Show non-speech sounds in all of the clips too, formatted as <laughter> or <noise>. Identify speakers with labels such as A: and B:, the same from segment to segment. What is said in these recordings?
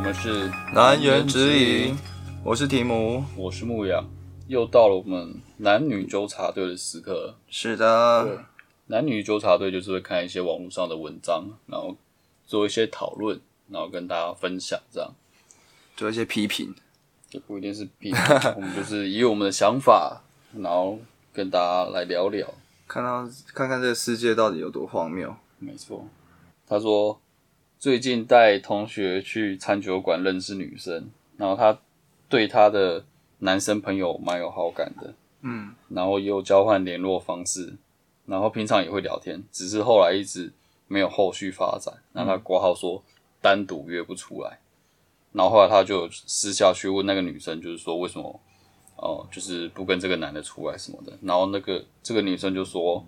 A: 们是
B: 南园直营，，我是提姆。
A: 我是牧羊，又到了我们男女纠察队的时刻了。
B: 是的
A: 对，男女纠察队就是会看一些网络上的文章，然后做一些讨论，然后跟大家分享，这样
B: 做一些批评。
A: 也不一定是必，我们就是以我们的想法，然后跟大家来聊聊。
B: 看到看看这个世界到底有多荒谬。
A: 没错，他说最近带同学去餐酒馆认识女生，然后他对他的男生朋友蛮有好感的，
B: 嗯，
A: 然后也有交换联络方式，然后平常也会聊天，只是后来一直没有后续发展。那
B: 嗯
A: 他挂号说单独约不出来，然后后来他就私下去问那个女生，就是说为什么哦、就是不跟这个男的出来什么的。然后那个这个女生就说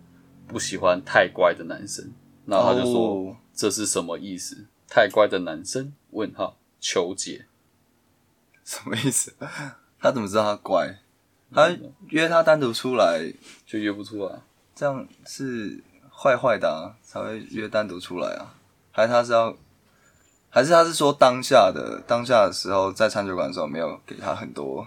A: 不喜欢太乖的男生，然后他就说、
B: 哦
A: 这是什么意思？太乖的男生？问号求解。
B: 什么意思？ <laughs> 他怎么知道他乖？他约他单独出来，
A: 就约不出来，
B: 这样是坏坏的、啊、才会约单独出来啊？还是他是要？还是他是说当下的当下的时候，在餐酒馆的时候没有给他很多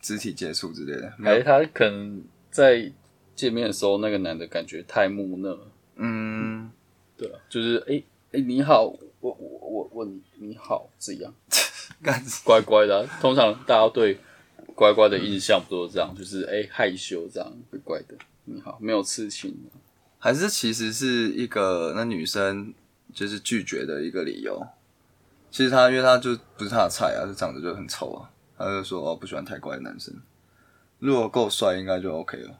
B: 肢体接触之类的？没
A: 哎、
B: 有，
A: 他可能在见面的时候，那个男的感觉太木讷了，
B: 嗯，
A: 对啊，就是哎哎、诶你好，我我我我你你好这样，
B: <laughs> 干
A: 乖乖的啊、通常大家对乖乖的印象不都是这样，就是哎、诶害羞这样，乖乖的，你好，没有刺青的，
B: 还是其实是一个那女生就是拒绝的一个理由。其实她因为她就不是她的菜啊，就长得就很丑啊，她就说哦不喜欢太乖的男生。如果够帅，应该就 OK 了。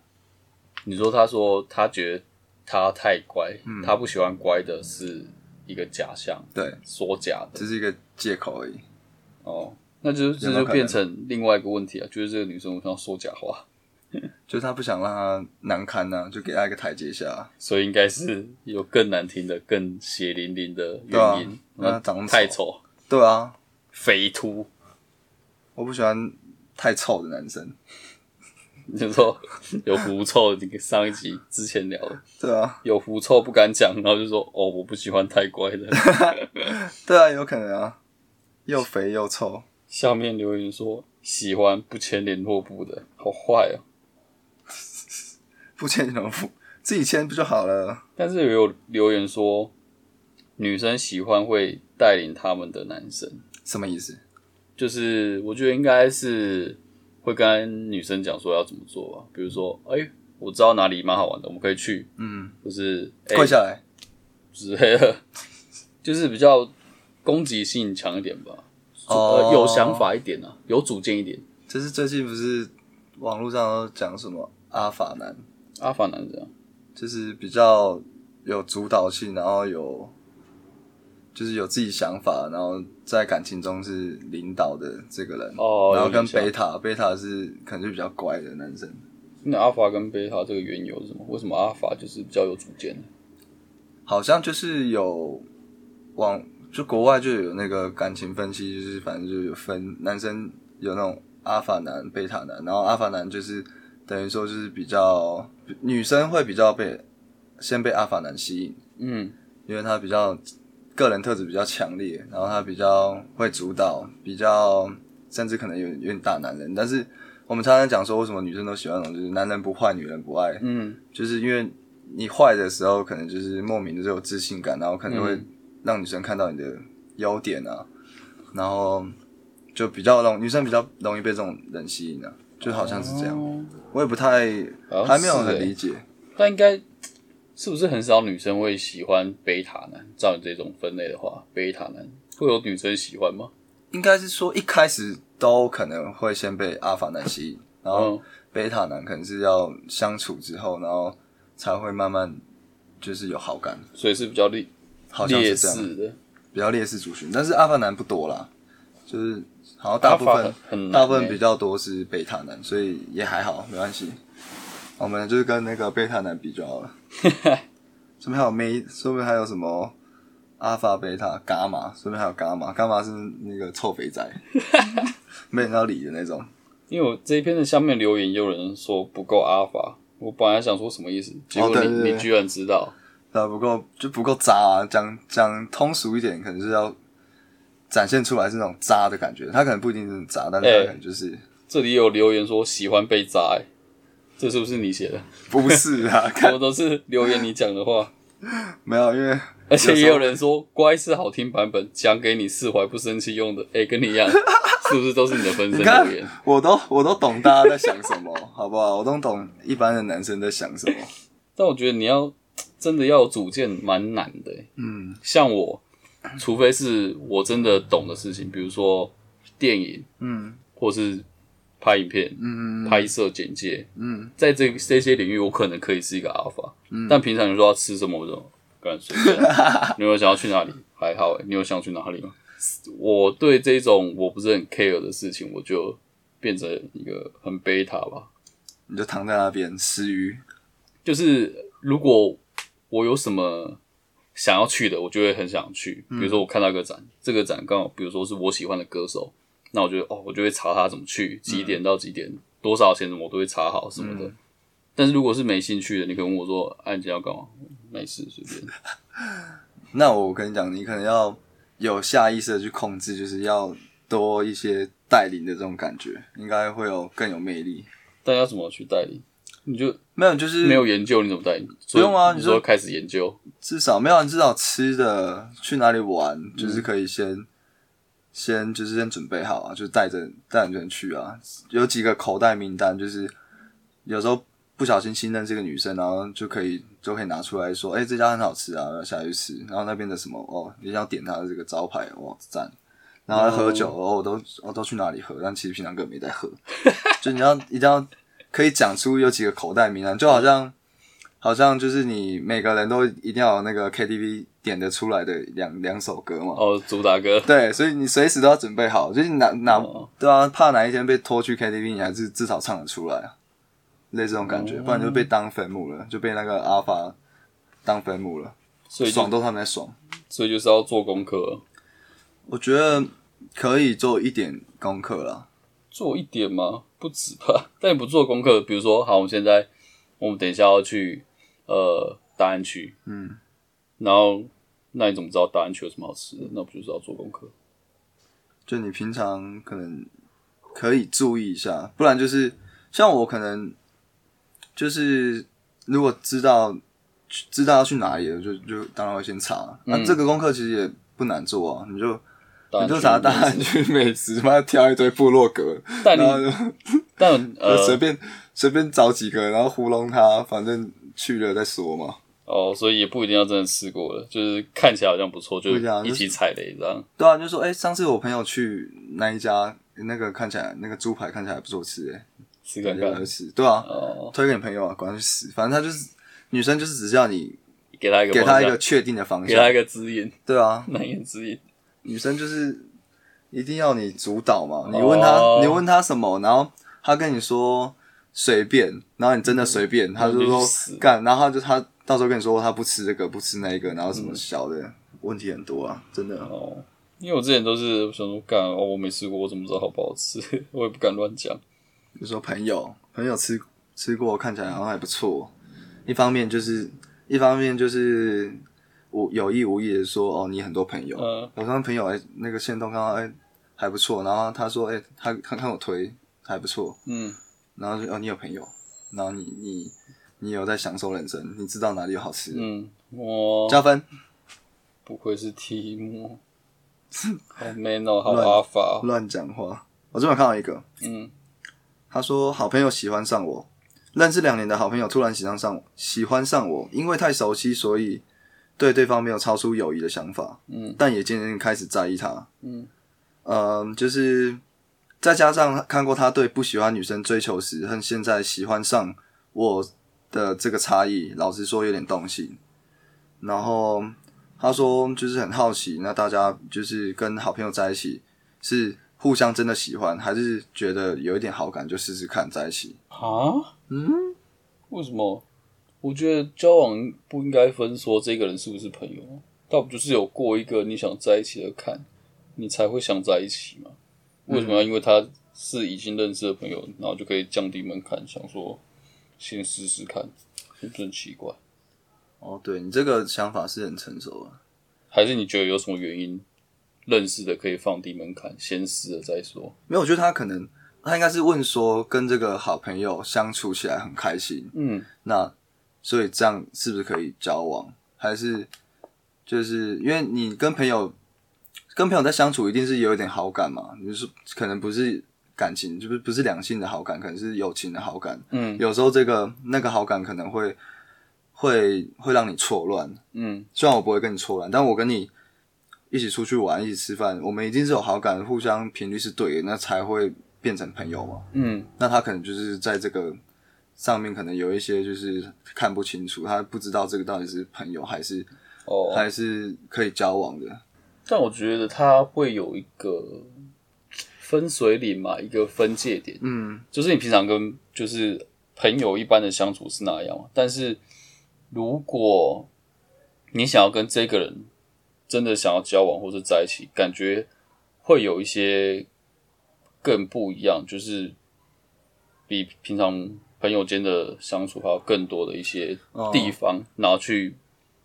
A: 你说他说他觉得他太乖，他不喜欢乖的是一个假象，
B: 嗯对，
A: 说假的
B: 只是一个借口而已。
A: 哦，那就是
B: 有
A: 这
B: 没有
A: 就
B: 可能
A: 变成另外一个问题啊，就是这个女生为什么要说假话？
B: 就是她不想让她难堪呐、就给她一个台阶下啊。
A: 所以应该是有更难听的、更血淋淋的
B: 对啊
A: 原因。
B: 那他长得
A: 太丑、
B: 对啊，
A: 肥秃，
B: 我不喜欢太臭的男生。
A: 你就说有狐臭，你上一集之前聊的
B: 对啊，
A: 有狐臭不敢讲，然后就说哦，我不喜欢太乖的。
B: 对啊，有可能啊，又肥又臭。
A: <laughs> 下面留言说喜欢不签联络簿的，好坏哦。
B: 不签就能付，自己签不就好了？
A: 但是也有留言说女生喜欢会带领他们的男生，
B: 什么意思？
A: 就是我觉得应该是会跟女生讲说要怎么做吧，比如说，哎、我知道哪里蛮好玩的，我们可以去，
B: 嗯，
A: 就是哎、
B: 跪下来。
A: 之类的， <laughs> 就是比较攻击性强一点吧，
B: 哦
A: 呃，有想法一点啊，有主见一点。
B: 就是最近不是网络上都讲什么阿法男，
A: 阿法男啊这样，
B: 就是比较有主导性，然后有就是有自己想法，然后在感情中是领导的这个人。
A: 哦
B: 然后跟
A: 有印象
B: 贝塔，贝塔是可能就比较乖的男生，
A: 那阿法跟贝塔这个缘由是什么？为什么阿法就是比较有主见？
B: 好像就是有往就国外就有那个感情分析，就是反正就有分男生有那种阿法男、贝塔男，然后阿法男就是等于说就是比较女生会比较被先被阿法男吸引，
A: 嗯，
B: 因为他比较个人特质比较强烈，然后他比较会主导，比较甚至可能有有点大男人。但是我们常常讲说，为什么女生都喜欢那种就是男人不坏，女人不爱，
A: 嗯，
B: 就是因为你坏的时候，可能嗯就是莫名的就有自信感，然后可能会
A: 嗯
B: 让女生看到你的优点啊，然后就比较容女生比较容易被这种人吸引啊，就好像是这样。
A: 哦
B: 我也不太
A: 好像
B: 还没有
A: 是
B: 很
A: 欸
B: 理解，
A: 但应该是不是很少女生会喜欢贝塔男？照你这种分类的话，贝塔男会有女生喜欢吗？
B: 应该是说一开始都可能会先被阿法男吸引，然后
A: 嗯
B: 贝塔男可能是要相处之后，然后才会慢慢就是有好感，
A: 所以是比较劣
B: 好像
A: 劣
B: 是这样，
A: 势的。
B: 比较劣势族群。但是阿法男不多啦，就是好像大
A: 阿
B: 部
A: 法
B: 分
A: 很很
B: 大
A: 难
B: 部分
A: 欸
B: 比较多是贝塔男，所以也还好，没关系。我们就是跟那个贝塔男比就好了。说不定还有妹，说不定还有什么阿法、贝塔、伽马，说不定还有伽马。伽马是那个臭肥仔，没人要理的那种。
A: 因为我这一篇的下面留言也有人说不够阿法，我本来想说什么意思，结果你、
B: 哦对对对
A: 你居然知道，
B: 啊那不够就不够渣啊！讲讲通俗一点，可能是要展现出来是那种渣的感觉，他可能不一定是渣，但是他可能就是、
A: 这里有留言说喜欢被扎、欸，这是不是你写的？
B: 不是啊， <laughs> 看
A: 我都是留言你讲的
B: <laughs>
A: 话，
B: 没有，因为
A: 而且也有人说乖是好听版本，讲给你释怀不生气用的。哎、跟你一
B: <laughs>
A: 样，是不是都是你的分身
B: 你看
A: 留言？
B: 我都我都懂大家在想什么， <laughs> 好不好？我都懂一般的男生在想什么。
A: 但我觉得你要真的要有主见，蛮难的欸、
B: 嗯
A: 像我，除非是我真的懂的事情，比如说电影
B: 嗯
A: 或是拍影片、
B: 嗯
A: 拍摄简介，
B: 嗯，
A: 在这这些领域，我可能可以是一个阿尔法。但平常你说要吃什么，我就干随便。啊
B: <laughs>
A: 你有想要去哪里？还好、欸。你有想去哪里吗？我对这种我不是很 care 的事情，我就变成一个很 beta 吧。
B: 你就躺在那边吃鱼。
A: 就是如果我有什么想要去的，我就会很想去。
B: 嗯
A: 比如说我看到一个展，这个展刚好，比如说是我喜欢的歌手，那我就哦，我就会查他怎么去，
B: 嗯
A: 几点到几点，多少钱什么，我都会查好什么的。但是如果是没兴趣的，你可以问我说：“哎、你今天要干嘛？”没事，随
B: <laughs>
A: 便。
B: 那我跟你讲，你可能要有下意识的去控制，就是要多一些带领的这种感觉，应该会有更有魅力。
A: 但要怎么去代理？你就
B: 没有，就是
A: 没有研究，你怎么代理？所以
B: 嗯用啊
A: 你
B: 你
A: 说
B: 说
A: 开始研究，
B: 至少没有，你至少吃的去哪里玩，就是可以先、先就是先准备好啊，就带着带着人去啊。有几个口袋名单，就是有时候不小心新认识一个女生，然后就可以就可以拿出来说，哎、这家很好吃啊，下去吃。然后那边的什么哦，一定要点它的这个招牌哦，赞。然后喝酒，哦，我都我都去哪里喝？但其实平常根本没在喝， <laughs> 就你要一定要可以讲出有几个口袋名单，就好像好像就是你每个人都一定要有那个 KTV 点得出来的两两首歌嘛。
A: 哦，主打歌，
B: 对，所以你随时都要准备好，就是哪哪、
A: 哦
B: 对啊，怕哪一天被拖去 KTV，你还是至少唱得出来啊，类似这种感
A: 哦
B: 觉，不然就被当坟墓了，就被那个阿法当坟墓了，
A: 所以就
B: 爽都他们在爽。
A: 所以就是要做功课，
B: 我觉得可以做一点功课啦，
A: 做一点吗？不止吧， <laughs> 但也不做功课。比如说，好，我们现在我们等一下要去呃大安区，
B: 嗯，
A: 然后那你怎么知道大安区有什么好吃的？那不就是要做功课？
B: 就你平常可能可以注意一下，不然就是像我可能就是如果知道知道要去哪里了，就就当然会先查。那、这个功课其实也不难做啊，你就
A: 大安
B: 你
A: 区
B: 就查大安区美食，妈挑一堆部落格，
A: 但
B: 然后
A: 你 <laughs>
B: <laughs>
A: 但
B: 就随
A: 呃
B: 便随便找几个，然后糊弄他，反正去了再说嘛。
A: 哦，所以也不一定要真的吃过了，就是看起来好像不错，就
B: 不一定啊
A: 一起踩雷这样。
B: 对啊，你就说哎、上次我朋友去那一家，那个看起来那个猪排看起来还不错吃、哎，
A: 吃
B: 感
A: 看
B: 觉
A: 看
B: 好吃，对啊，
A: 哦，
B: 推给你朋友啊，管他去死，反正他就是女生，就是只是要你
A: 给他一个
B: 给
A: 方
B: 他
A: 向
B: 一个确定的方
A: 给他
B: 向
A: 一，个指引， <laughs>
B: 对啊，
A: 难言之隐。
B: 女生就是一定要你主导嘛，你问他
A: 哦
B: 你问他什么，然后他跟你说随便，然后你真的随便，他就
A: 那嗯你
B: 说
A: 去死
B: 干，然后他就他到时候跟你说他不吃这个不吃那个，然后什
A: 嗯
B: 么小的、问题很多啊，真的。
A: 哦，因为我之前都是想说干哦，我没吃过，我怎么知道好不好吃？ <laughs> 我也不敢乱讲。
B: 比如说朋友，朋友吃吃过，看起来好像还不错。一方面就是，一方面就是我有意无意的说，哦，你很多朋友。
A: 嗯
B: 我刚朋友哎、那个线动刚刚哎还不错，然后他说哎、他他看我推还不错，
A: 嗯，
B: 然后就哦你有朋友，然后你你你有在享受人生，你知道哪里有好吃的，
A: 嗯，我
B: 加分。
A: 不愧是 T 幕，好 man 哦，好
B: 乱
A: 阿法哦，
B: 乱讲话。我这边有看到一个，
A: 嗯，
B: 他说好朋友喜欢上我，认识两年的好朋友突然喜欢上我，喜欢上我，因为太熟悉，所以对对方没有超出友谊的想法，
A: 嗯，
B: 但也渐渐开始在意他，
A: 嗯，
B: 嗯，就是再加上看过他对不喜欢女生追求时和现在喜欢上我的这个差异，老实说有点动心。然后他说就是很好奇，那大家就是跟好朋友在一起是互相真的喜欢，还是觉得有一点好感就试试看在一起？
A: 啊，嗯，为什么？我觉得交往不应该分说这个人是不是朋友，啊倒不就是有过一个你想在一起的坎，你才会想在一起嘛？为什么要因为他是已经认识的朋友，然后就可以降低门槛，想说先试试看，是不是很奇怪？
B: 哦，对你这个想法是很成熟的，
A: 还是你觉得有什么原因认识的可以放低门槛，先试了再说。
B: 没有，我觉得他可能他应该是问说，跟这个好朋友相处起来很开心，
A: 嗯，
B: 那所以这样是不是可以交往？还是就是因为你跟朋友跟朋友在相处，一定是有一点好感嘛？你就是可能不是感情，就是不是两性的好感，可能是友情的好感。
A: 嗯
B: 有时候这个那个好感可能会会会让你错乱。
A: 嗯
B: 虽然我不会跟你错乱，但我跟你一起出去玩，一起吃饭，我们一定是有好感，互相频率是对的，那才会变成朋友嘛。
A: 嗯
B: 那他可能就是在这个上面可能有一些就是看不清楚，他不知道这个到底是朋友还是、
A: 哦，
B: 还是可以交往的。
A: 但我觉得它会有一个分水岭嘛，一个分界点，
B: 嗯，
A: 就是你平常跟就是朋友一般的相处是那样嘛，但是如果你想要跟这个人真的想要交往或是在一起，感觉会有一些更不一样，就是比平常朋友间的相处还要更多的一些地方，然后去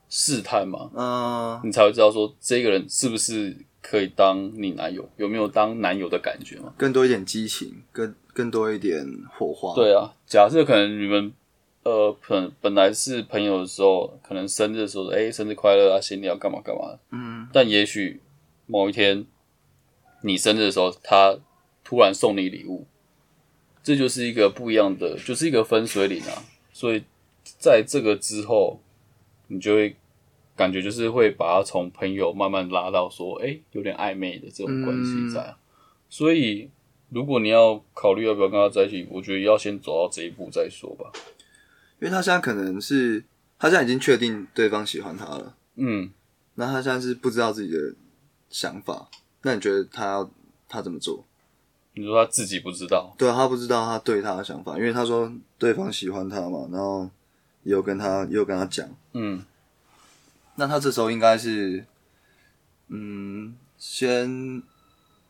A: 试探嘛，
B: 呃，
A: 你才会知道说这个人是不是可以当你男友，有没有当男友的感觉嘛。
B: 更多一点激情，更更多一点火花。，
A: 对啊，假设可能你们呃，本本来是朋友的时候，可能生日的时候，哎、生日快乐啊，新年要干嘛干嘛。
B: 嗯，
A: 但也许某一天你生日的时候，他突然送你礼物，这就是一个不一样的，就是一个分水岭啊。所以在这个之后，你就会感觉就是会把他从朋友慢慢拉到说，哎、有点暧昧的这种关系在啊、
B: 嗯
A: 所以如果你要考虑要不要跟他在一起，我觉得要先走到这一步再说吧。
B: 因为他现在可能是他现在已经确定对方喜欢他了，
A: 嗯，
B: 那他现在是不知道自己的想法，那你觉得他要他怎么做？
A: 你说他自己不知道，
B: 对啊，他不知道他对他的想法，因为他说对方喜欢他嘛，然后也有跟他也有跟他讲。
A: 嗯
B: 那他这时候应该是，嗯，先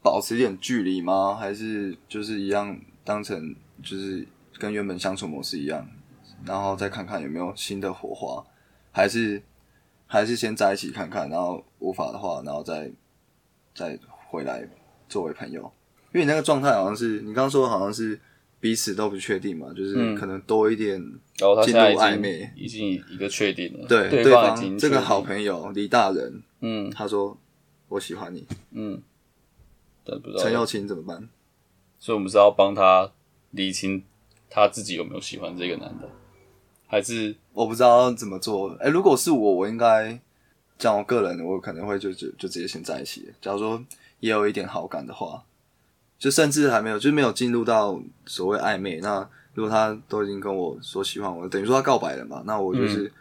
B: 保持一点距离吗？还是就是一样当成就是跟原本相处模式一样，然后再看看有没有新的火花？还是还是先在一起看看，然后无法的话，然后再再回来作为朋友？因为你那个状态好像是你刚刚说的好像是彼此都不确定嘛，就是
A: 嗯
B: 可能多一点、
A: 然后他现在已经
B: 进入暧昧
A: 已经一个确定了，
B: 对
A: 对
B: 方
A: 已经
B: 这个
A: 确定
B: 好，朋友李大人，
A: 嗯
B: 他说我喜欢你，
A: 嗯，但不知
B: 陈
A: 道
B: 友，清怎么办？
A: 所以我们是要帮他理清他自己有没有喜欢这个男的，还是
B: 我不知道怎么做。哎、如果是我，我应该像我个人，我可能会就就就直接先在一起。假如说也有一点好感的话，就甚至还没有，就是没有进入到所谓暧昧。那如果他都已经跟我说喜欢我，等于说他告白了嘛，那我就是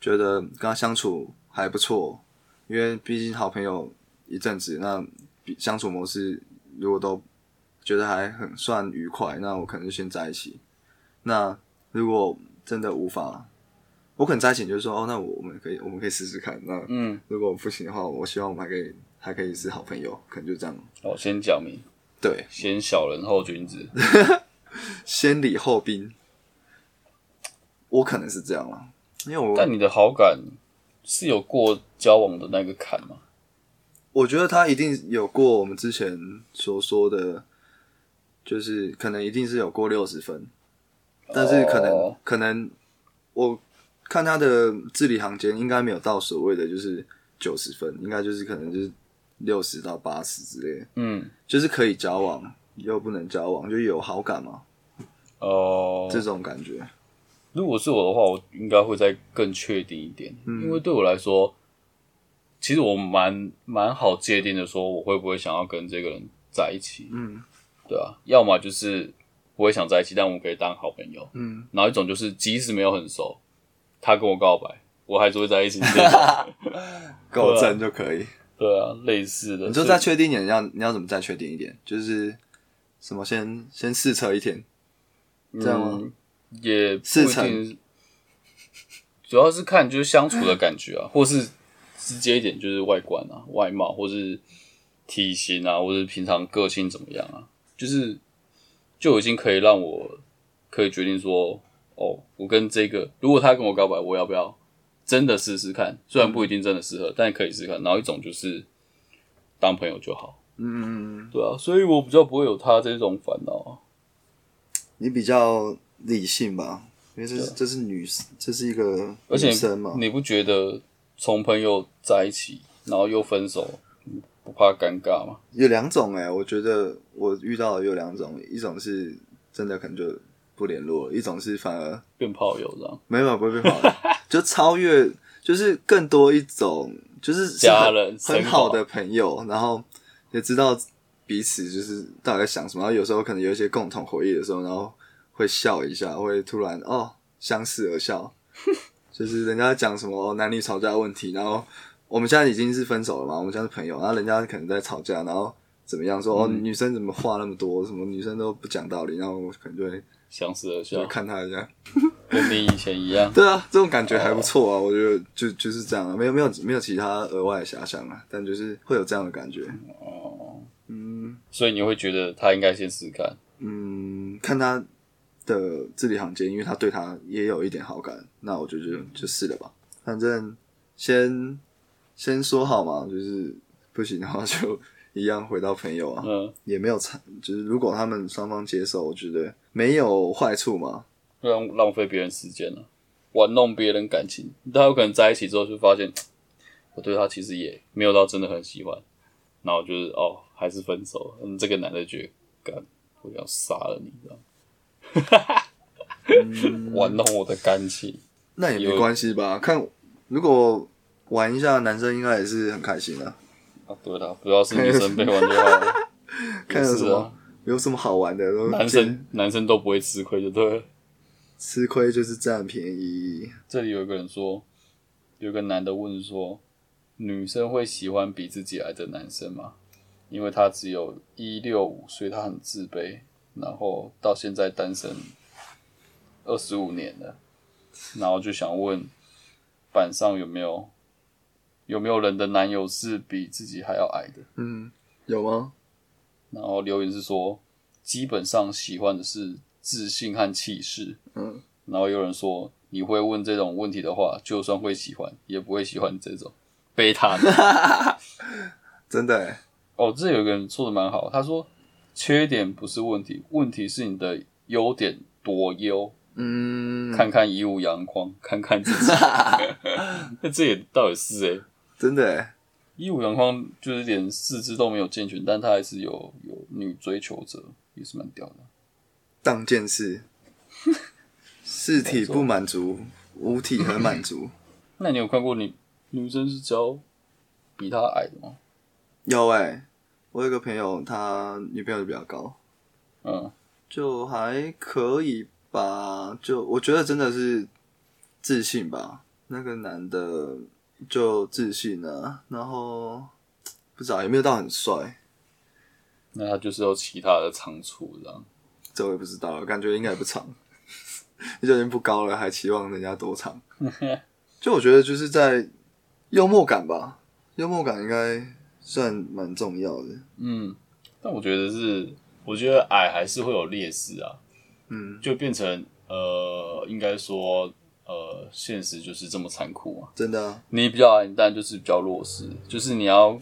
B: 觉得跟他相处还不错，因为毕竟好朋友一阵子，那比相处模式如果都觉得还很算愉快，那我可能就先在一起。那如果真的无法，我可能在一起就是说，哦，那我我们可以我们可以试试看。那
A: 嗯，
B: 如果不行的话，我希望我们还可以还可以是好朋友，可能就这样。
A: 哦，先讲明，
B: 对，
A: 先小人后君子，
B: 先礼后兵，我可能是这样啦，因为我
A: 但你的好感是有过交往的那个坎吗？
B: 我觉得他一定有过我们之前所说的，就是可能一定是有过六十分，但是可能、
A: 哦
B: 可能我看他的字里行间应该没有到所谓的就是九十分，应该就是可能就是六十到八十之类的，
A: 嗯，
B: 就是可以交往又不能交往，就有好感嘛，
A: 哦，
B: 这种感觉。
A: 如果是我的话，我应该会再更确定一点，
B: 嗯
A: 因为对我来说，其实我蛮蛮好界定的，说我会不会想要跟这个人在一起，
B: 嗯
A: 对啊，要么就是不会想在一起，但我们可以当好朋友，
B: 嗯，
A: 然后一种就是即使没有很熟，他跟我告白，我还是会在一起
B: <laughs>
A: 这种，啊
B: 够正就可以。
A: 对啊，类似的，
B: 你就
A: 所
B: 再
A: 以
B: 确定一点，你要你要怎么再确定一点？就是什么先先试车一天，这样吗？
A: 嗯也不一
B: 四成
A: 定，主要是看就是相处的感觉啊，或是直接一点就是外观啊、外貌，或是体型啊，或是平常个性怎么样啊，就是就已经可以让我可以决定说，哦，我跟这个，如果他跟我告白，我要不要真的试试看？虽然不一定真的适合，但可以试试看。然后一种就是当朋友就好。
B: 嗯，
A: 对啊，所以我比较不会有他这种烦恼啊。
B: 你比较理性吧，因为这是这是女，这是一个
A: 啊而且
B: 女生嘛，
A: 你不觉得从朋友在一起，然后又分手，不怕尴尬吗？
B: 有两种哎、我觉得我遇到的有两种，一种是真的可能就不联络，一种是反而
A: 变炮友这样，
B: 没有不会变
A: <laughs>
B: 好，就超越，就是更多一种，就是是很
A: 家人
B: 很
A: 生活
B: 好的朋友，然后也知道彼此就是到底在想什么，然后有时候可能有一些共同回忆的时候，然后会笑一下，会突然哦相视而
A: <laughs>
B: 笑，就是人家讲什么、哦男女吵架问题，然后我们现在已经是分手了嘛，我们现在是朋友，然后人家可能在吵架，然后。怎么样
A: 嗯
B: 说？哦，女生怎么话那么多？什么女生都不讲道理，然后我可能就会
A: 相视而
B: 就会
A: 笑，
B: 看她一下，
A: 跟你以前一样。
B: 对啊，这种感觉还不错啊，我觉得就就是这样啊，没有没有没有其他额外的遐想啊，但就是会有这样的感觉。
A: 哦，
B: 嗯
A: 所以你会觉得他应该先试试看。
B: 嗯，看他的字里行间，因为他对他也有一点好感，那我觉得就就试了吧，反正先先说好嘛，就是不行的话就 <laughs> 一样回到朋友啊，
A: 嗯，
B: 也没有差，就是如果他们双方接受，我觉得没有坏处嘛。
A: 让浪费别人时间了、玩弄别人感情。他有可能在一起之后就发现，我对他其实也没有到真的很喜欢，然后就是哦，还是分手了。嗯，这个男的觉得干，我要杀了你，这样， <laughs>
B: 嗯
A: 玩弄我的感情。
B: 那也没
A: 有
B: 关系吧，看如果玩一下，男生应该也是很开心的、啊。
A: 啊，对啦，不要是女生被玩就好了。
B: 看有什
A: 也是啊
B: 么有什么好玩的，都
A: 男生男生都不会吃亏，就对了。
B: 吃亏就是占便宜。
A: 这里有一个人说，有个男的问说，女生会喜欢比自己矮的男生吗？因为他只有一六五，所以他很自卑，然后到现在单身二十五年了，然后就想问板上有没有有没有人的男友是比自己还要矮的？
B: 嗯，有吗？
A: 然后留言是说，基本上喜欢的是自信和气势。
B: 嗯，
A: 然后有人说，你会问这种问题的话，就算会喜欢，也不会喜欢这种贝塔男。
B: 真的、欸，
A: 哦，这有一个人说的蛮好，他说，缺点不是问题，问题是你的优点多优。
B: 嗯，
A: 看看一五阳光，看看自
B: <laughs>
A: 己。那这也倒也是诶、
B: 真的、欸，
A: 一五阳光就是连四肢都没有健全，但他还是有有女追求者，也是蛮屌的。
B: 当
A: <laughs>
B: 件事，四体不满足，五体很
A: <laughs>
B: 满足。
A: 那你有看过你女生是交比她矮的吗？
B: 有哎、我有个朋友，他女朋友就比较高，
A: 嗯，
B: 就还可以吧。就我觉得真的是自信吧，那个男的就自信啊，然后不知道有没有到很帅。
A: 那她就是有其他的长处这样。
B: 这我也不知道，感觉应该也不长， <laughs> 就已经不高了，还期望人家多长？就我觉得就是在幽默感吧，幽默感应该算蛮重要的。
A: 嗯，但我觉得是，我觉得矮还是会有劣势啊，
B: 嗯，
A: 就变成呃，应该说呃，现实就是这么残酷啊。
B: 真的啊、
A: 你比较矮，你当然就是比较弱势，就是你要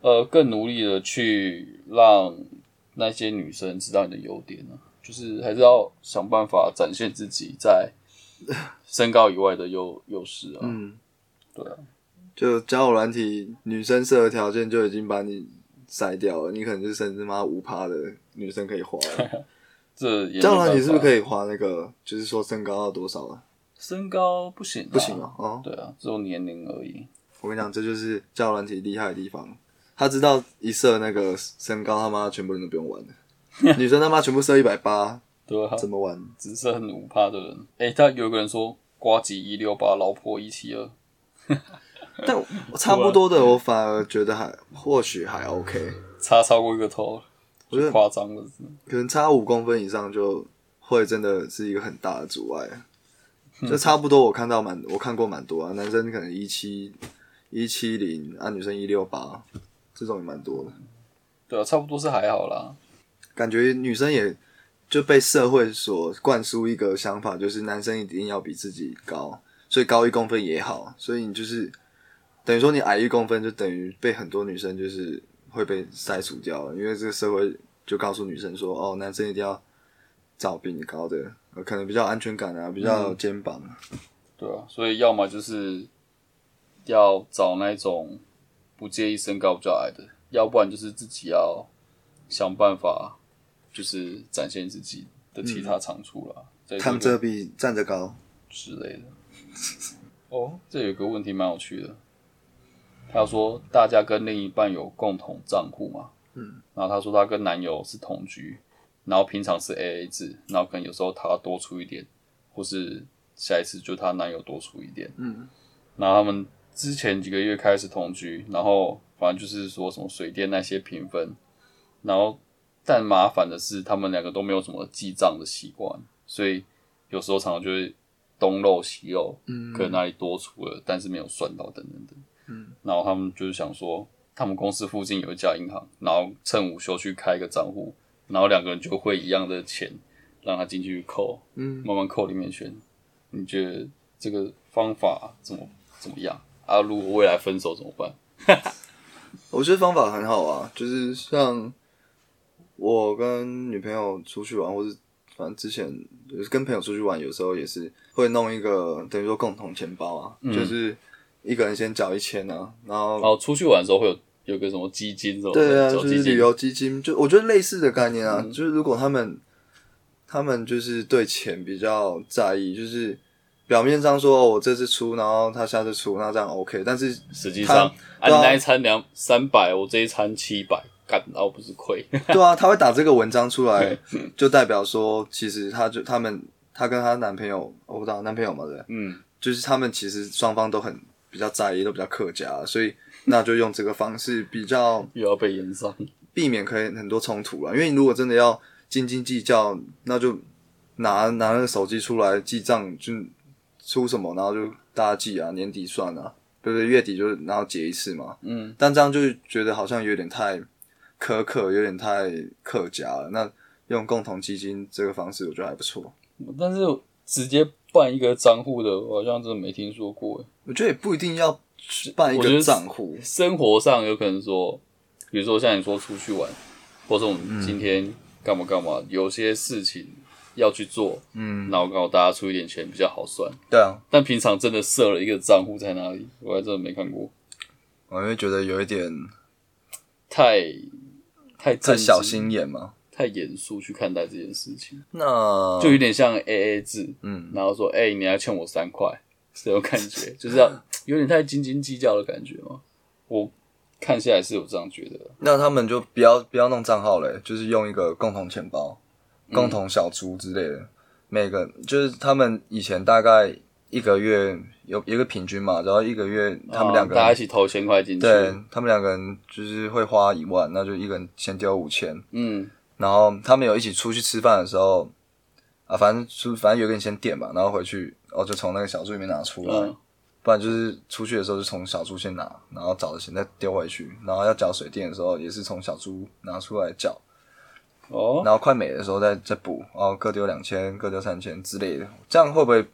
A: 呃更努力的去让那些女生知道你的优点啊，就是还是要想办法展现自己在身高以外的优优势啊。
B: 嗯，
A: 对啊。
B: 就交友软体，女生设的条件就已经把你筛掉了，你可能就甚至妈五趴的女生可
A: <laughs>
B: 以滑了。
A: 这也没
B: 交友
A: 办法
B: 软体是不是可以滑那个，就是说身高要多少啊？
A: 身高不行、啊，
B: 不行。啊，哦，
A: 对啊，只有年龄而已。
B: 我跟你讲，这就是交友软体厉害的地方。他知道一设那个身高，他妈全部人都不用玩了。女生他妈全部设一百八，
A: 对啊，
B: 怎么
A: <laughs>
B: 玩？
A: 只剩五趴的人。诶、他有个人说，瓜吉一六八，老婆一七二。
B: 但我差不多
A: 啊
B: 的，我反而觉得还或许还 OK。
A: 差超过一个头，
B: 我觉得
A: 夸张了。
B: 可能差五公分以上就会真的是一个很大的阻碍。就差不多，我看到蛮我看过蛮多啊，男生可能一七一七零啊，女生一六八，这种也蛮多的。
A: 对啊，差不多是还好啦。
B: 感觉女生也就被社会所灌输一个想法，就是男生一定要比自己高，所以高一公分也好，所以你就是等于说你矮一公分，就等于被很多女生就是会被筛除掉的，因为这个社会就告诉女生说，哦，男生一定要找比你高的，呃可能比较有安全感啊，比较有肩膀啊。
A: 对啊，所以要么就是要找那种不介意身高比较矮的，要不然就是自己要想办法，就是展现自己的其他长处啦，在这
B: 嗯躺
A: 个
B: 着比站着高。
A: 之类的。 <laughs> 哦，这有个问题蛮有趣的，他说大家跟另一半有共同账户嘛，嗯，然后他说他跟男友是同居，然后平常是 A A 制，然后可能有时候他多出一点，或是下一次就她男友多出一点，
B: 嗯，
A: 然后他们之前几个月开始同居，然后反正就是说什么水电那些平分，然后但麻烦的是他们两个都没有什么记账的习惯，所以有时候常常就会东漏西漏，
B: 嗯
A: 可能哪里多出了，但是没有算到等等等，嗯，然后他们就是想说，他们公司附近有一家银行，然后趁午休去开一个账户，然后两个人就汇一样的钱，让他进去扣，
B: 嗯，
A: 慢慢扣里面选。你觉得这个方法怎么怎么样？啊，如果未来分手怎么办？
B: 我觉得方法很好啊，就是像我跟女朋友出去玩，或是反正之前就是跟朋友出去玩，有时候也是会弄一个等于说共同钱包啊，就是一个人先缴一千啊，然后
A: 然后出去玩的时候会有有个什么基金什么
B: 对啊，
A: 的，
B: 就
A: 小
B: 是
A: 基金
B: 旅游基金，就我觉得类似的概念啊，就是如果他们他们就是对钱比较在意，就是表面上说、哦、我这次出，然后他下次出，那这样 OK，但是
A: 实际上，啊，
B: 他
A: 你
B: 对啊
A: 那一餐两三百，我这一餐七百，干，然后不是亏？ <laughs>
B: 对啊，他会打这个文章出来，就代表说其实他就他们她跟她男朋友，我不知道男朋友嘛对不对，
A: 嗯，
B: 就是他们其实双方都很比较在意，都比较客家，所以那就用这个方式比较。
A: 又要被延上。
B: 避免可以很多冲突了。因为你如果真的要斤斤计较，那就拿拿那个手机出来记账，就出什么，然后就大家记啊，年底算啊，对不对？月底就然后结一次嘛。
A: 嗯，
B: 但这样就觉得好像有点太苛刻，有点太客家了。那用共同基金这个方式，我觉得还不错。
A: 但是直接办一个账户的，我好像真的没听说过。欸
B: 我觉得也不一定要办一
A: 我觉
B: 个
A: 得
B: 账户，
A: 生活上有可能说，比如说像你说出去玩，或者我们今天干嘛干嘛，有些事情要去做，
B: 嗯，
A: 然后告诉大家出一点钱比较好算。
B: 对啊，
A: 但平常真的设了一个账户在那里，我还真的没看过，
B: 我会觉得有一点
A: 太太
B: 太
A: 正
B: 小
A: 经、
B: 心眼嘛。
A: 太严肃去看待这件事情，
B: 那
A: 就有点像 A A 制，
B: 嗯，
A: 然后说，哎、你还欠我三块，这种感觉，就是
B: <laughs>
A: 要有点太斤斤计较的感觉嘛。我看下来是有这样觉得的，
B: 那他们就不要不要弄账号嘞，就是用一个共同钱包、
A: 嗯
B: 共同小猪之类的。每个就是他们以前大概一个月有一个平均嘛，然后一个月他们两
A: 啊
B: 个
A: 大
B: 人，
A: 家一起投一千块进去，
B: 对他们两个人就是会花一万，那就一个人先丢五千，
A: 嗯，
B: 然后他们有一起出去吃饭的时候啊，反正出反正有个人先点嘛，然后回去哦就从那个小猪里面拿出来，
A: 嗯
B: 不然就是出去的时候就从小猪先拿，然后找的钱再丢回去，然后要缴水电的时候也是从小猪拿出来缴，
A: 哦，
B: 然后快没的时候再再补，然后各丢两千，各丢三千之类的，这样会不会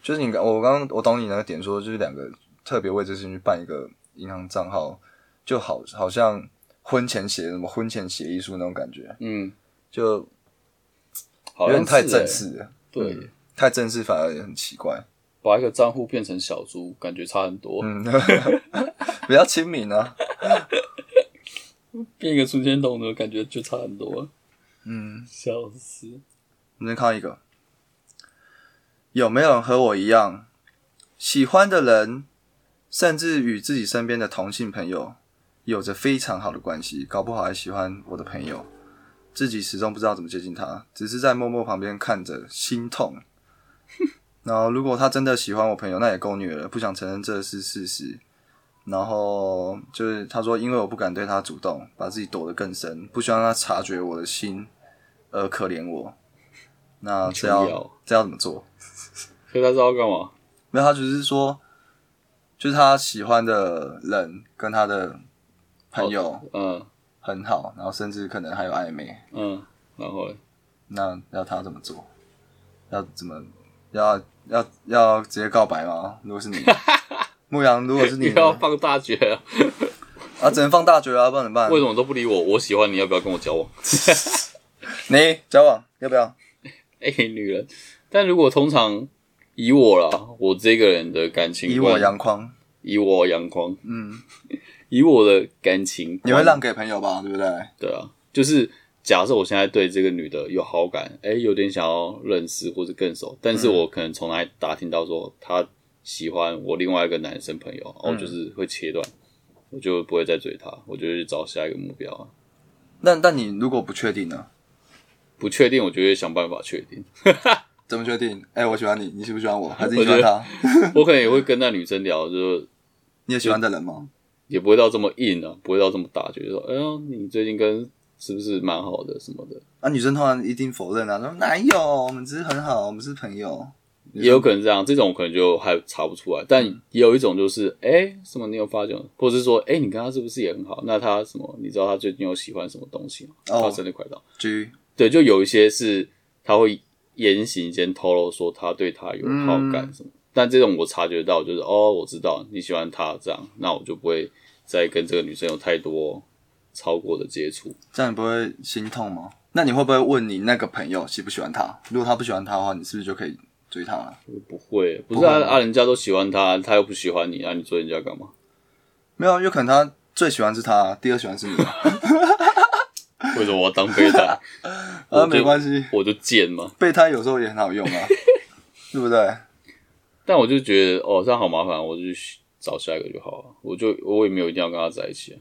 B: 就是你刚我刚我懂你那个点说，就是两个特别为这事情去办一个银行账号，就好好像婚前写的什么婚前协议书那种感觉，
A: 嗯，
B: 就
A: 好
B: 有
A: 像
B: 点太
A: 是
B: 正
A: 欸，
B: 式嗯了，
A: 对，
B: 太正式反而也很奇怪，
A: 把一个账户变成小猪，感觉差很多，
B: 嗯， <laughs> 比较亲民啊。
A: 变一个存钱筒的感觉就差很多，
B: 嗯，
A: 笑死。
B: 我们再看一个，有没有人和我一样喜欢的人，甚至与自己身边的同性朋友有着非常好的关系，搞不好还喜欢我的朋友，自己始终不知道怎么接近他，只是在默默旁边看着，心痛。 <laughs> 然后，如果他真的喜欢我朋友，那也够虐了，不想承认这是事实。然后就是他说，因为我不敢对他主动，把自己躲得更深，不希望他察觉我的心，而可怜我。那这
A: 你求饶哦
B: 要这要怎么做？
A: 所以他知道干嘛？
B: 没有，他只是说，就是他喜欢的人跟他的朋友
A: 嗯
B: 很好，然后甚至可能还有暧昧。
A: 嗯，然后嘞，
B: 那要他怎么做？要怎么？要要要
A: <laughs>
B: 直接告白吗？如果是你，牧羊，如果是你
A: 又，要放大绝啊！
B: 啊，只能放大绝啊，不然怎么办
A: 为？什么都不理我？我喜欢你，要不要跟我交往？
B: 你交往要不要？
A: 哎、女人。但如果通常以我啦，我这个人的感情
B: 以
A: 观
B: 我阳光，
A: 以我阳光，
B: 嗯，
A: <laughs> 以我的感情观，
B: 你会让给朋友吧，对不对？
A: 对啊，就是假设我现在对这个女的有好感，哎、有点想要认识或者更熟，但
B: 嗯
A: 是我可能从来打听到说她喜欢我另外一个男生朋友，然
B: 嗯
A: 后我就是会切断，我就不会再追她，我就会去找下一个目标啊。
B: 那但你如果不确定呢？
A: 不确定，我就会想办法确定。
B: 怎么确定？哎、我喜欢你，你喜不喜欢我？还是你喜欢他？
A: 我可能也会跟那女生聊，就是
B: 你也喜欢的人吗？
A: 也不会到这么硬啊，不会到这么大，就是说，哎呦，你最近跟是不是蛮好的什么的，
B: 啊，女生通常一定否认啊，说哪有，我们只是很好，我们是朋友。
A: 也有可能这样。这种可能就还查不出来，但也有一种就是，哎、什么你有发觉，或者是说，哎、你跟他是不是也很好？那他什么，你知道他最近有喜欢什么东西吗？
B: 哦
A: 他生日快到，
B: G，
A: 对，就有一些是他会言行间透露说他对他有好感什么，但这种我察觉到，就是哦，我知道你喜欢他这样，那我就不会再跟这个女生有太多超过的接触。
B: 这样你不会心痛吗？那你会不会问你那个朋友喜不喜欢他？如果他不喜欢他的话，你是不是就可以追他了？
A: 不会，不是
B: 不会
A: 啊
B: 吗
A: 啊，人家都喜欢他，他又不喜欢你，啊，你追人家干
B: <laughs>
A: 嘛？
B: 没有，有可能他最喜欢是他，第二喜欢 <laughs> 是你啊，
A: 为什么我要当备
B: <laughs>
A: 胎？
B: 啊
A: 我
B: 没
A: 就
B: 关系，
A: 我就贱嘛。
B: 备胎有时候也很好用啊， <laughs> 对不对？
A: 但我就觉得哦，这样好麻烦，我就去找下一个就好了。我就我也没有一定要跟他在一起、啊，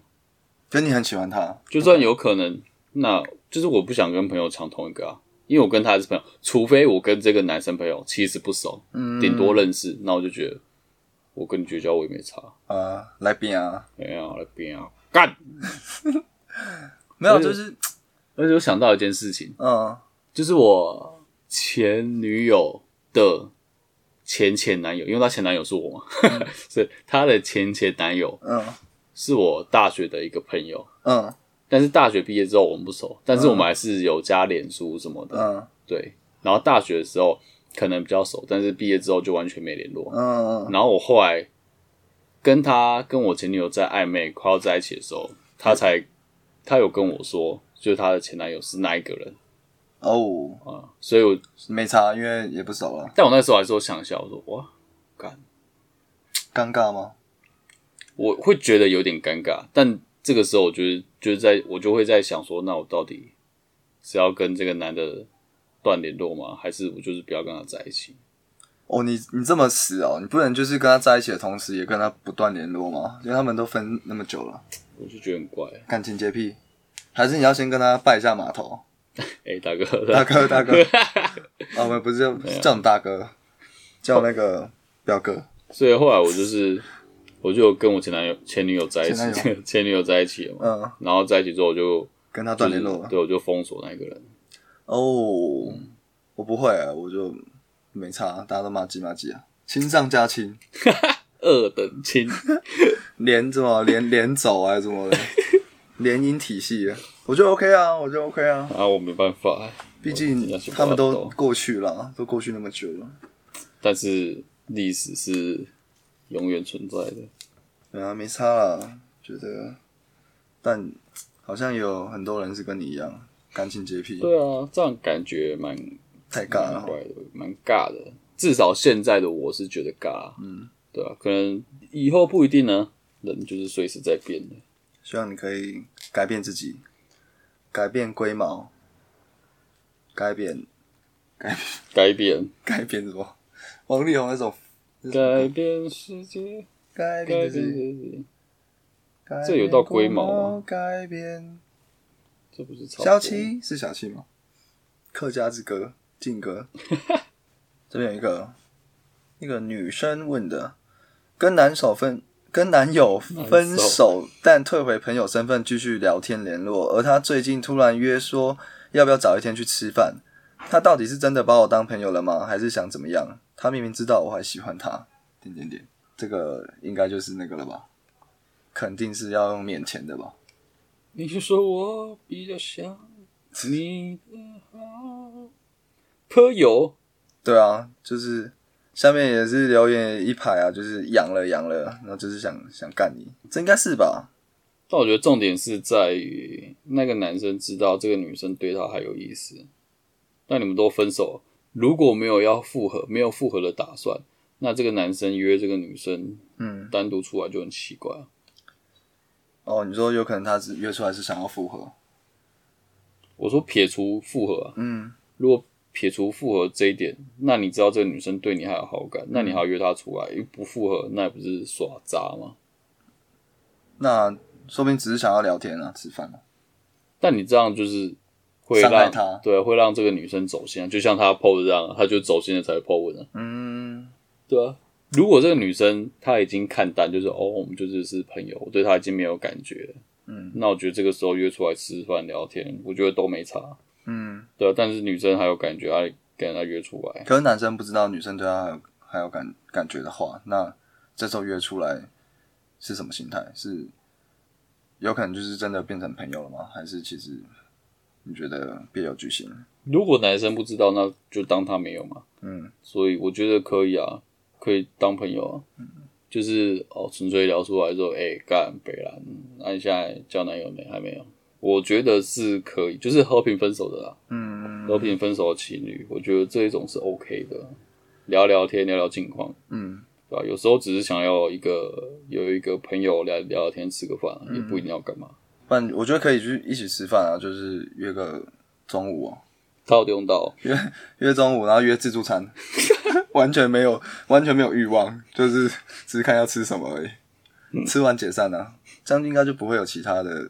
B: 可你很喜欢他，
A: 就算有可能，那就是我不想跟朋友抢同一个啊，因为我跟他还是朋友，除非我跟这个男生朋友其实不熟，
B: 嗯
A: 顶多认识，那我就觉得我跟你绝交我也没差，
B: 呃，来宾啊，
A: 哎呀，来变啊，干！
B: 没有，
A: 是
B: 就是
A: 而且我想到一件事情。
B: 嗯，
A: 就是我前女友的前前男友，因为她前男友是我嘛， <laughs> 所以她的前前男友
B: 嗯
A: 是我大学的一个朋友，
B: 嗯
A: 但是大学毕业之后我们不熟，但是我们还是有加脸书什么的，
B: 嗯
A: 对。然后大学的时候可能比较熟，但是毕业之后就完全没联络。
B: 嗯，
A: 然后我后来跟她跟我前女友在暧昧快要在一起的时候，她才她有跟我说，就是她的前男友是那一个人
B: 哦，
A: 啊，所以我
B: 没差，因为也不熟啊了，
A: 但我那时候还是有想一下，我说哇，
B: 尴尬吗？
A: 我会觉得有点尴尬。但这个时候，我觉得就是在我就会在想说，那我到底是要跟这个男的断联络吗？还是我就是不要跟他在一起？
B: 哦，你你这么死哦，你不能就是跟他在一起的同时，也跟他不断联络吗？因为他们都分那么久了，
A: 我就觉得很怪。
B: 感情洁癖，还是你要先跟他拜一下码头，
A: 哎、大哥，
B: 大哥大 <laughs> 哥，啊，我们不是叫叫你大哥，叫那个表哥，
A: 所以后来我就是，我就跟我前男友、前女友在一
B: 前男
A: 起， <laughs> 前女友在一起了嘛。
B: 嗯，
A: 然后在一起之后，我就
B: 跟他
A: 就
B: 断
A: 是
B: 联络了。
A: 对，我就封锁那个人。
B: 哦，我不会啊，我就没差，大家都骂鸡骂鸡啊，亲上加亲，
A: 二等亲， <laughs>
B: 连怎么连连走啊，怎 <laughs> 么的，联姻体系啊，我就 OK 啊，我就 OK 啊。
A: 啊，我没办法。
B: 毕竟他们都过去了，都过去那么久了，
A: 但是历史是永远存在的。
B: 对啊，没差啦，觉得，但好像有很多人是跟你一样，感情洁癖，
A: 对啊，这样感觉蛮
B: 太尬
A: 蛮
B: 了。
A: 怪的，哦蛮尬的。至少现在的我是觉得尬，嗯，对啊，可能以后不一定呢，人就是随时在变的。
B: 希望你可以改变自己，改变龟毛，改变
A: 改变，
B: 改变什么？王力宏那首
A: 改变世界，
B: 改
A: 改
B: 变
A: 变
B: 自己，
A: 世界，
B: 改变
A: 这有到龟毛吗
B: 国贸改变
A: 这不是超
B: 小七是小七吗？客家之歌，劲歌。这边有一个一个女生问的，跟男手分跟男友分
A: 男
B: 手，但退回朋友身份继续聊天联络，而他最近突然约说要不要找一天去吃饭，他到底是真的把我当朋友了吗？还是想怎么样？他明明知道我还喜欢他，点点点，这个应该就是那个了吧？肯定是要用免钱的吧？
A: 你是说我比较像你的好朋友？
B: 对啊，就是下面也是留言一排啊，就是养了养了，然后就是想想干你，这应该是吧？
A: 但我觉得重点是在于那个男生知道这个女生对他还有意思，但你们都分手了，如果没有要复合，没有复合的打算，那这个男生约这个女生
B: 嗯，
A: 单独出来就很奇怪啊。
B: 哦，你说有可能他只约出来是想要复合，
A: 我说撇除复合、啊，
B: 嗯，
A: 如果撇除复合这一点，那你知道这个女生对你还有好感，那你还要约她出来，因为不复合那也不是耍渣吗？
B: 那说不定只是想要聊天啊，吃饭啊，
A: 但你这样就是会
B: 伤害
A: 让
B: 她
A: 对，啊会让这个女生走心啊，就像她 PO 的这样啊，她就走心了才会 PO 文啊。
B: 嗯，
A: 对啊，如果这个女生她已经看淡，就是哦，我们就只是朋友，我对她已经没有感觉了。
B: 嗯，
A: 那我觉得这个时候约出来吃饭聊天，我觉得都没差。
B: 嗯，
A: 对啊，但是女生还有感觉，还跟人家约出来，
B: 可是男生不知道女生对他还有还有感感觉的话，那这时候约出来是什么心态？是有可能就是真的变成朋友了吗？还是其实你觉得别有居心？
A: 如果男生不知道，那就当他没有嘛。
B: 嗯，
A: 所以我觉得可以啊，可以当朋友啊。就是哦，纯粹聊出来之后，哎、干北兰，那、你现在交男友没？还没有。我觉得是可以，就是和平分手的啦，
B: 嗯
A: 和平分手的情侣，我觉得这一种是 OK 的，聊聊天，聊聊近况，
B: 嗯
A: 对吧、有时候只是想要一个有一个朋友聊聊聊天，吃个饭，
B: 嗯
A: 也不一定要干嘛。
B: 不然我觉得可以去一起吃饭啊，就是约个中午哦、
A: 他有用到，
B: 约中午，然后约自助餐， <laughs> 完全没有完全没有欲望，就是只是看要吃什么而已，吃完解散啊，这样应该就不会有其他的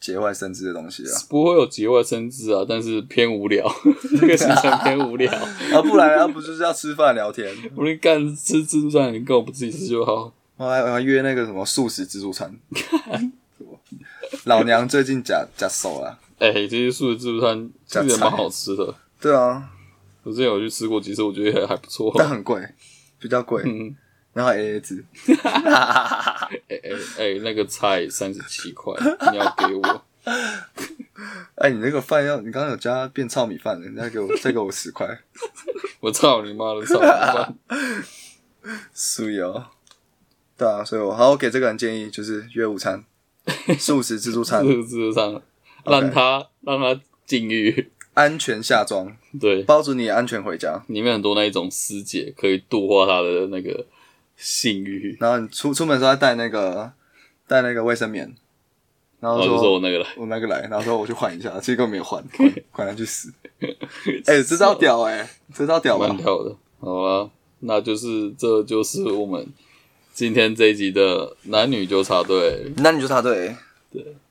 B: 节外生枝的东西了。
A: 不会有节外生枝啊，但是偏无聊， <laughs> 这个行程偏无聊。
B: 啊，不然啊，不就是要吃饭聊天？
A: 我说干吃自助餐，你跟我不自己吃就好。
B: 我还我还约那个什么素食自助餐。老娘最近假假啊瘦了。
A: 哎、这些素的自助餐
B: 加
A: 其实也
B: 菜
A: 蛮好吃的，
B: 对啊，
A: 我之前有去吃过几次，我觉得还还不错。
B: 但很贵，比较贵。
A: 嗯，
B: 然后 AA 制，
A: 哎哎哎，那个菜三十七块，你要给我？
B: 哎，你那个饭要，你刚刚有加变糙米饭了，你再给我再给我十块， <laughs>
A: 我操你妈的，操你妈！
B: 素油。对啊，所以我好，我给这个人建议就是约午餐，素食自助餐，
A: 这个自助餐，让他让他禁欲， <laughs>
B: 安全下装，
A: 对，
B: 包准你安全回家。
A: 里面很多那一种师姐可以度化他的那个性欲。
B: 然后你出出门的时候要带那个带那个卫生棉，然后
A: 哦，就
B: 说
A: 是我那个了，
B: 我那个来，然后说我去换一下，结果没有换，管管他去死！哎、这招屌哎、这招屌吧
A: 蛮？跳的。好啦，那就是这就是我们今天这一集的男女纠察队。
B: 那你就答 <laughs> 对、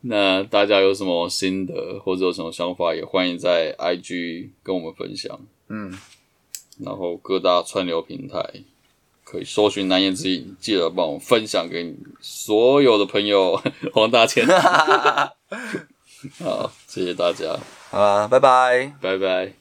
A: 那大家有什么心得或者有什么想法，也欢迎在 IG 跟我们分享。
B: 嗯，
A: 然后各大串流平台可以搜寻“难言之隐”，记得帮我们分享给你所有的朋友。 <laughs> 黄大千，好，谢谢大家，
B: 好啊，拜拜。
A: 拜拜。